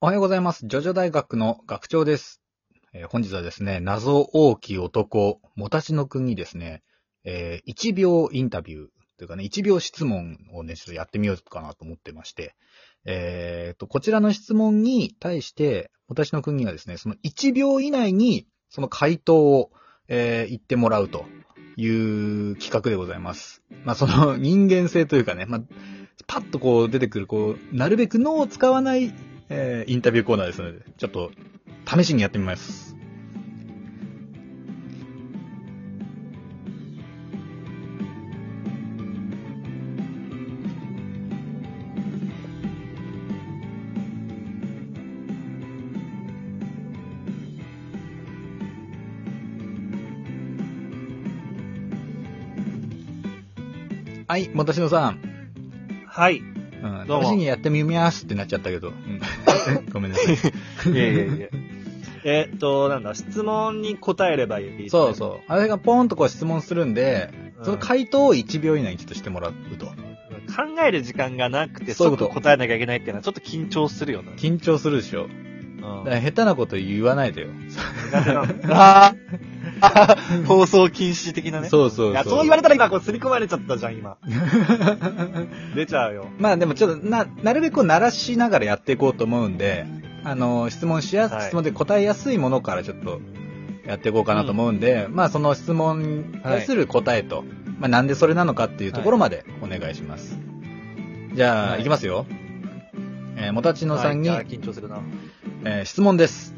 おはようございます。ジョジョ大学の学長です。えー本日はですね、謎大きい男、もたちの国にですね、えー、1秒インタビューというかね、1秒質問をね、ちょっとやってみようかなと思ってまして、えー、と、こちらの質問に対して、もたちの国がですね、その1秒以内に、その回答を、えー言ってもらうという企画でございます。まあ、その人間性というかね、まあ、パッとこう出てくる、こう、なるべく脳を使わないえーインタビューコーナーですので、ちょっと、試しにやってみます。はい、もたしのさん。はい。うん、どうも試しにやってみますってなっちゃったけど。うん ごめんなさい。いやいやいや。えーっと、なんだ、質問に答えればいい、そうう。そう。あれがポンとこう質問するんで、その考回答を1秒以内にちょっとしてもらうと。える時間がなくて、そういうこ即と答えなきゃいけないっていうのはちょっと緊張するよな。緊張するでしょ。うんだから下手なこと言わないでよ。苦手なんだ。あー放送禁止的なね。そうそうそういや、そう言われたら今、こう、釣り込まれちゃったじゃん、 今。出ちゃうよ。まあでもちょっとな、なるべくこう鳴らしながらやっていこうと思うんで、あの、質問しやす、はい質問で答えやすいものからちょっとやっていこうかなと思うんで、まあその質問に対する答えと、まあなんでそれなのかっていうところまでお願いします。じゃあ、はいい、きますよ。えー、もたちのさんに、はいいや緊張するな。えー質問です。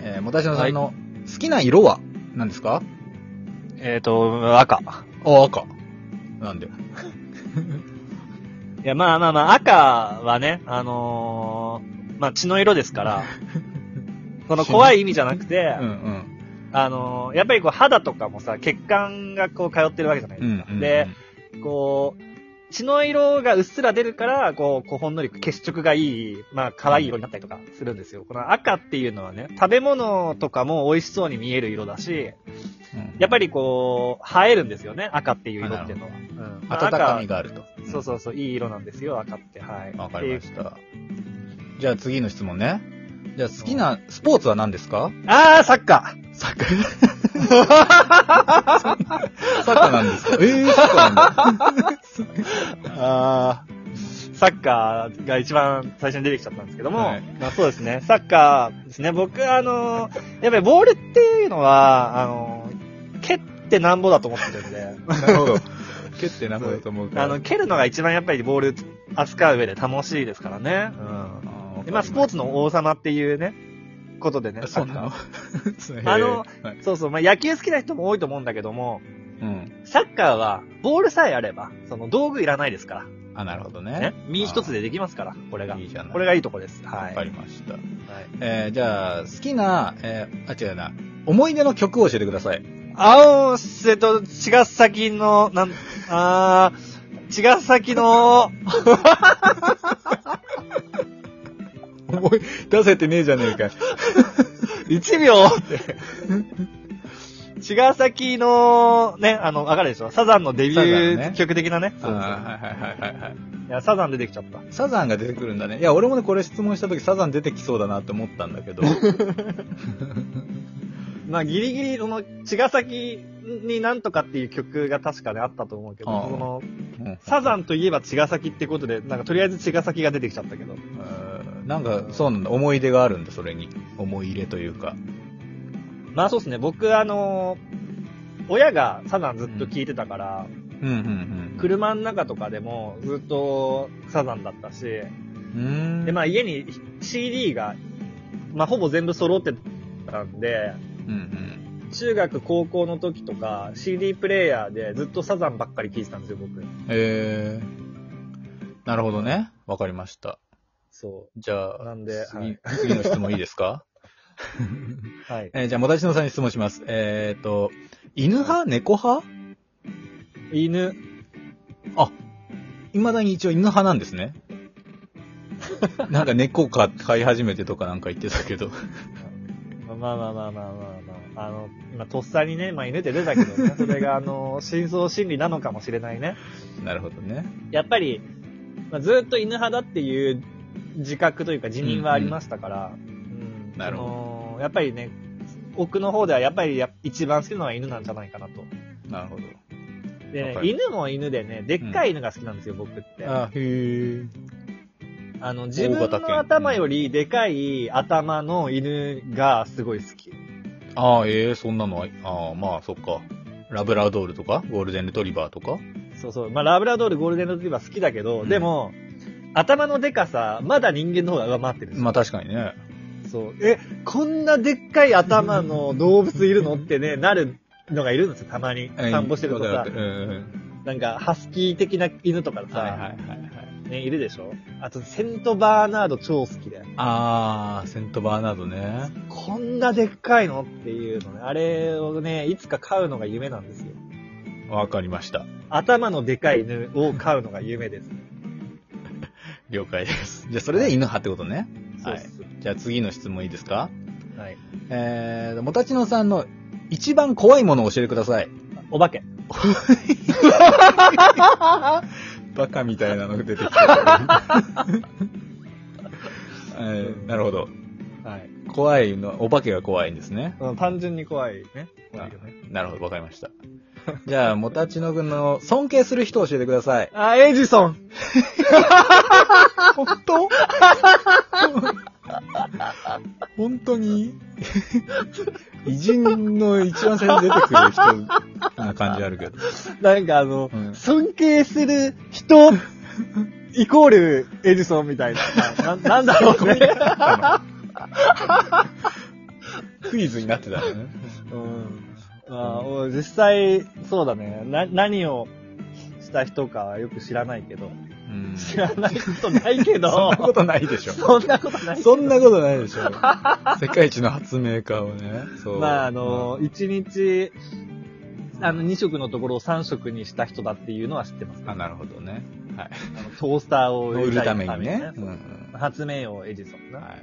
えー、もたしのさんの好きな色は何ですか、えーっと、赤。あ、赤。なんで。いや、まあまあまあ、赤はね、あのー、まあ、血の色です から、その怖い意味じゃなくて、うんうん。あのーやっぱりこう肌とかもさ、血管がこう通ってるわけじゃないでうすんか。、うん。で、こう、血の色がうっすら出るから、こう、こうほんのり血色がいい、まあ、可愛い色になったりとかするんですよ。この赤っていうのはね、食べ物とかも美味しそうに見える色だし、うん、やっぱりこう、映えるんですよね、赤っていう色っていうのは。うんまあ温かみ赤があると。そうそうそう、いい色なんですよ、赤って。はい。わかりましってた。じゃあ次の質問ね。じゃあ好きなスポーツは何ですかいうあー、サッカーサッカー。 サッカーなんですかええー、サッカーなんだ。あーサッカーが一番最初に出てきちゃったんですけども、はいまあそうですね、サッカーですね、僕、あのーやっぱりボールっていうのは、あのー蹴ってなんぼだと思ってるん で、 なるほど。蹴ってなと思うかあら。の、蹴るのが一番やっぱりボール扱う上で楽しいですからね。うん。でまあスポーツの王様っていうね、ことでね、ツそサうッカな ーのは。ああのの、はいそうそう、まあ野球好きな人も多いと思うんだけども、うん。サッカーは、ボールさえあれば、その道具いらないですかあ、なるほどら。ねね。。身一つでできますから、これがい。いじゃない。これがいいとこです。はわい。かりました。はいえー、じゃあ、好きな、えー、あ、違うな。思い出の曲を教えてください。青瀬と茅ヶ崎の、なん、あー、茅ヶ崎の、思い、出せてねえじゃねえか。 1秒って。茅ヶ崎の、ね、あの、わかるでしょサザンのデビサザンュねー曲的なね。 あーそうそうはいはいはいはいはい。いや、サザン出てきちゃった。サザンが出てくるんだね。いや、俺もね、これ質問した時サザン出てきそうだなって思ったんだ けど。まあ、ギリギリ、その、茅ヶ崎になんとかっていう曲が確かね、あったと思うけど、あーその、うんサザンといえば茅ヶ崎ってことで、なんかとりあえず茅ヶ崎が出てきちゃったけど。うんなんか、そうなんだ。思い出があるんだ、それに。思い入れというか。まあそうですね、僕あのー親がサザンずっと聞いてたから、うんうんうん。車の中とかでもずっとサザンだったし、うん。でまあ家に CD が、まあほぼ全部揃ってたんで、うん中学高校の時とか CD プレイヤーでずっとサザンばっかり聞いてたんですよ、僕。うん。えー。なるほどね。わかりました。そじゃあ、なんで次、次の質問いいです かう。はい。えーじゃあ、もたちのさんに質問します。えっ、ー、と、犬派猫派犬。未だに一応犬派なんです ね。なんか猫か飼い始めてとかなんか言ってたけど。 まあまあまあまあまあまあ、まあ、あの、今とっさにね、まあ犬って出たけどね、それがあの、真相心理なのかもしれないね。なるほどね。やっぱり、まあ、ずっと犬派だっていう自覚というか自認はありましたから、うんなるほどそのやっぱりね、奥の方ではやっぱりや一番好きなのは犬なんじゃないかなと。なるほど。でねわかる犬も犬でね、でっかい犬が好きなんですよ、僕って。ああ、へーの、自分大型犬の頭よりでかい頭の犬がすごい好き。ああ、ええそんなのは、ああ、まあ、そっか。ラブラドールとか、ゴールデンレトリバーとか。そうそう。まあ、ラブラドール、ゴールデンレトリバー好きだけど、うんでも、頭のでかさ、まだ人間の方が上回ってるんですよまあ、確かにね。そう。え、こんなでっかい頭の動物いるのってね、なるのがいるんですよ、たまに。散歩してるとわさか、るうんうん。なんか、ハスキー的な犬とかさ、はいはいはいはい。ね、いるでしょあと、セントバーナード超好きで。ああ、セントバーナードね。こんなでっかいのっていうのね。あれをね、いつか飼うのが夢なんですよ。わかりました。頭のでかい犬を飼うのが夢です。了解です。じゃあ、それで犬派ってことね。そうっす。じゃあ、次の質問いいですかはい。えーと、もたちのさんの一番怖いものを教えてください。お化け。バカみたいなのが出てき た。えーなるほど。はい。怖いの、お化けが怖いんですね。うん単純に怖いね。怖いよね。なるほど、わかりました。じゃあ、もたちのくんの尊敬する人を教えてください。あ、エジソン 本当本当に 偉人の一番最初に出てくる人な感じあるけど。なんかあの、うん尊敬する人、 イコールエジソンみたいな。ななんだろう ね。クイズになってたね。うん。あーお実際、そうだね。な、何をした人かはよく知らないけど。うん。知そらないことないけんどな。ことないでしょ。 そんなことないけそど。んなことないで しょ。世界一の発明家をね。そう。まあ、あの、一日、あの、2食のところを3食にした人だっていうのは知ってます、うん、あ、なるほどね。はい。あのトースターを売るために売りねい。うん発明王エジソンうんな。はい。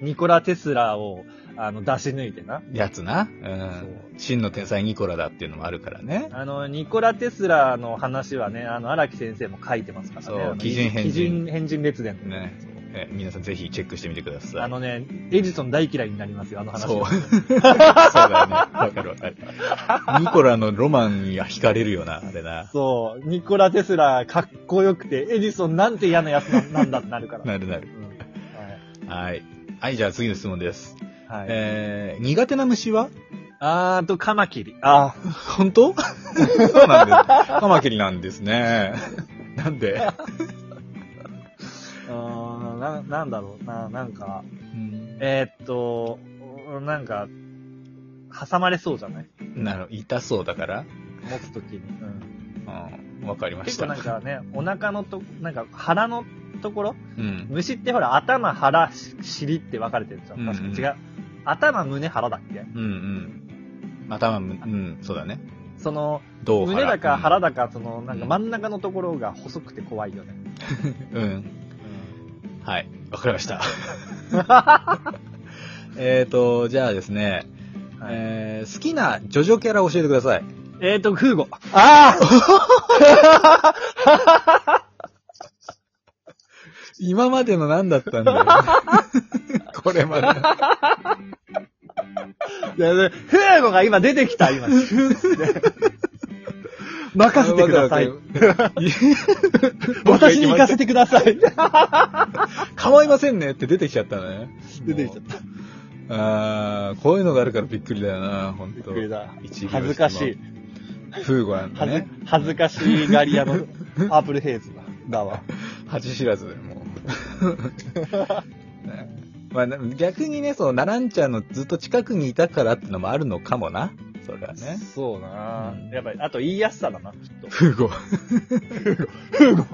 ニコラ・テスラを、あの、出し抜いてな。やつな。うそん。真の天才ニコラだっていうのもあるからね。あの、ニコラ・テスラの話はね、あの、荒木先生も書いてますからね。そうあの基準変人基準変人列伝。ね。え皆さんぜひチェックしてみてください。あのね、エジソン大嫌いになりますよ、あの話。そう。 そうだよね。わかるわかる。ニコラのロマンに惹かれるよな、あれな。そうニコラ・テスラかっこよくて、エジソンなんて嫌なやつななんだってなるから。なるなる。うんはい。はい、じゃあ次の質問です。はい。はい、えー、苦手な虫は あーと、カマキリ。あ本当 そうなんです。カマキリなんですね。 なんで、 ーうーんな、なんだろうな、なんか、えーっと、うんなんか、挟まれそうじゃないなる痛そうだから。持つときに。うんうん。わかりまし結た。構なんかね、お腹のと、なんか腹のところうん。虫ってほら、頭、腹、し尻って分かれてるじゃん。確かうんうん違う。頭、胸、腹だっけうんうん。頭む、うん、そうだね。その、どう胸だか腹だか、その、なんうかん真ん中のところが細くて怖いよね。うん。うんはい。わかりま した。えっと、じゃあですね、はいえー、好きなジョジョキャラ教えてください。えーと、空語。ああ今までの何だったん だよ。これまで。空語が今出て きた、今。任せてください。私に行かせてください。構いませんねって出てきちゃったね。出てきちゃった。あー、こういうのがあるからびっくりだよな、ほんびっと。くりだ一。行恥ずかしい。風語なんだ恥ずね。恥ずかしがり屋のパープルヘイズだだわ。恥知らずでもう。 ねまあ、な逆にね、その、ナランちゃんのずっと近くにいたからってのもあるのかもな。それはね。そうなうんやっぱり、あと言いやすさだな、きっと。風語。フーゴ。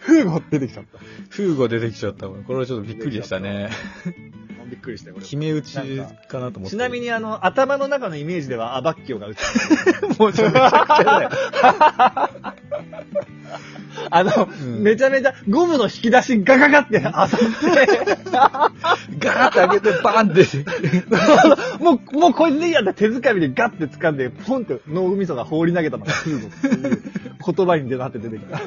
フーゴ出てきちゃった。風語出てきちゃったもん。これはちょっとびっくりでしたね。びっくりしたよ、決め打ちかなと思って。ちなみに、あの、頭の中のイメージではアバッキョが映ってる。もうちょっとめちゃくちゃだよ。 あの、んめちゃめちゃゴムの引き出しガガガってあさっガーって開けてバーンって。 て、もう、 もうこいつでいいやって手づかみでガッて掴んで、ポンって脳みそが放り投げたのがフーゴっていう。言葉に出なって出てきた。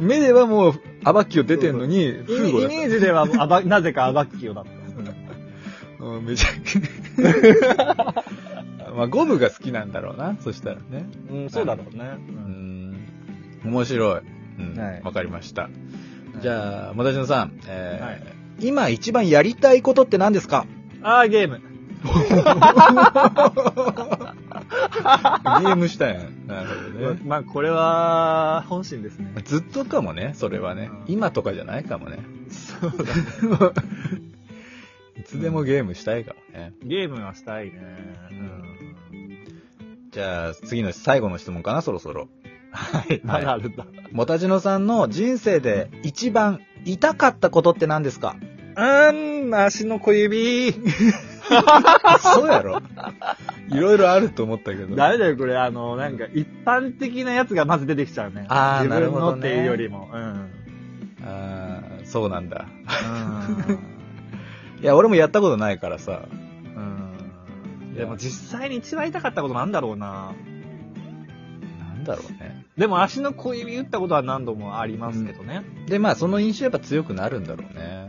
目ではもう、アバッキオ出てんのに、イフメーゴだっイメージではアバ、なぜかアバッキオだった。た。うん、めちゃく まあ、ゴムが好きなんだろうな、そしたらね。うん、そうだろうね。うん。面白い。うん。わ、はいかりました。いじゃあ、もたしのさん、えーは今一番やりたいことって何です かあーゲーム。ゲームしたいな。なるほどね。まあ、これは、本心ですね。ずっとかもね、それはね。今とかじゃないかもね。そうだ。 いつでもゲームしたいかもね。ゲームはしたいね。じゃあ、次の最後の質問かな、そろそろ。はい。 まだあるんだ。もたじのさんの人生で一番痛かったことって何ですかあーん、足の小 指。そうやろ。いろいろあると思ったけど。ダメだよ、これ。あの、なんか、一般的なやつがまず出てきちゃうね。あー自分なるほのどっねていうよりも。うん。あーそうなんだ。ういや、俺もやったことないからさ。ん。うん。でも、実際に一番痛かったことなんだろうな。なんだろうね。でも、足の小指打ったことは何度もありますけどね。で、まあ、その印象やっぱ強くなるんだろうね。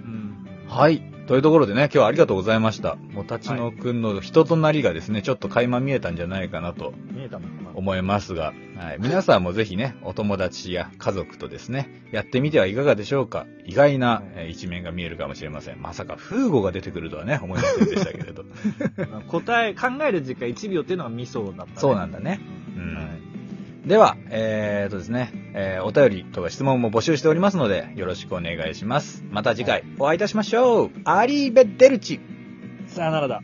うん。はい。というところでね、今日はありがとうございました。もたちのくんの人となりがですね、ちょっと垣間見えたんじゃないかなと見えたのかな。思いますが、はい、皆さんもぜひね、お友達や家族とですね、やってみてはいかがでしょうか。意外な、えー一面が見えるかもしれません。まさか、フーゴが出てくるとはね、思いませんでしたけ れど。答え、考える時間1秒っていうのがミソだった、そうなんだね。うはん。では、えー、とですね、えーお便りとか質問も募集しておりますので、よろしくお願いします。また次回お会いいたしましょう。アリーベッデルチ。い。さよならだ。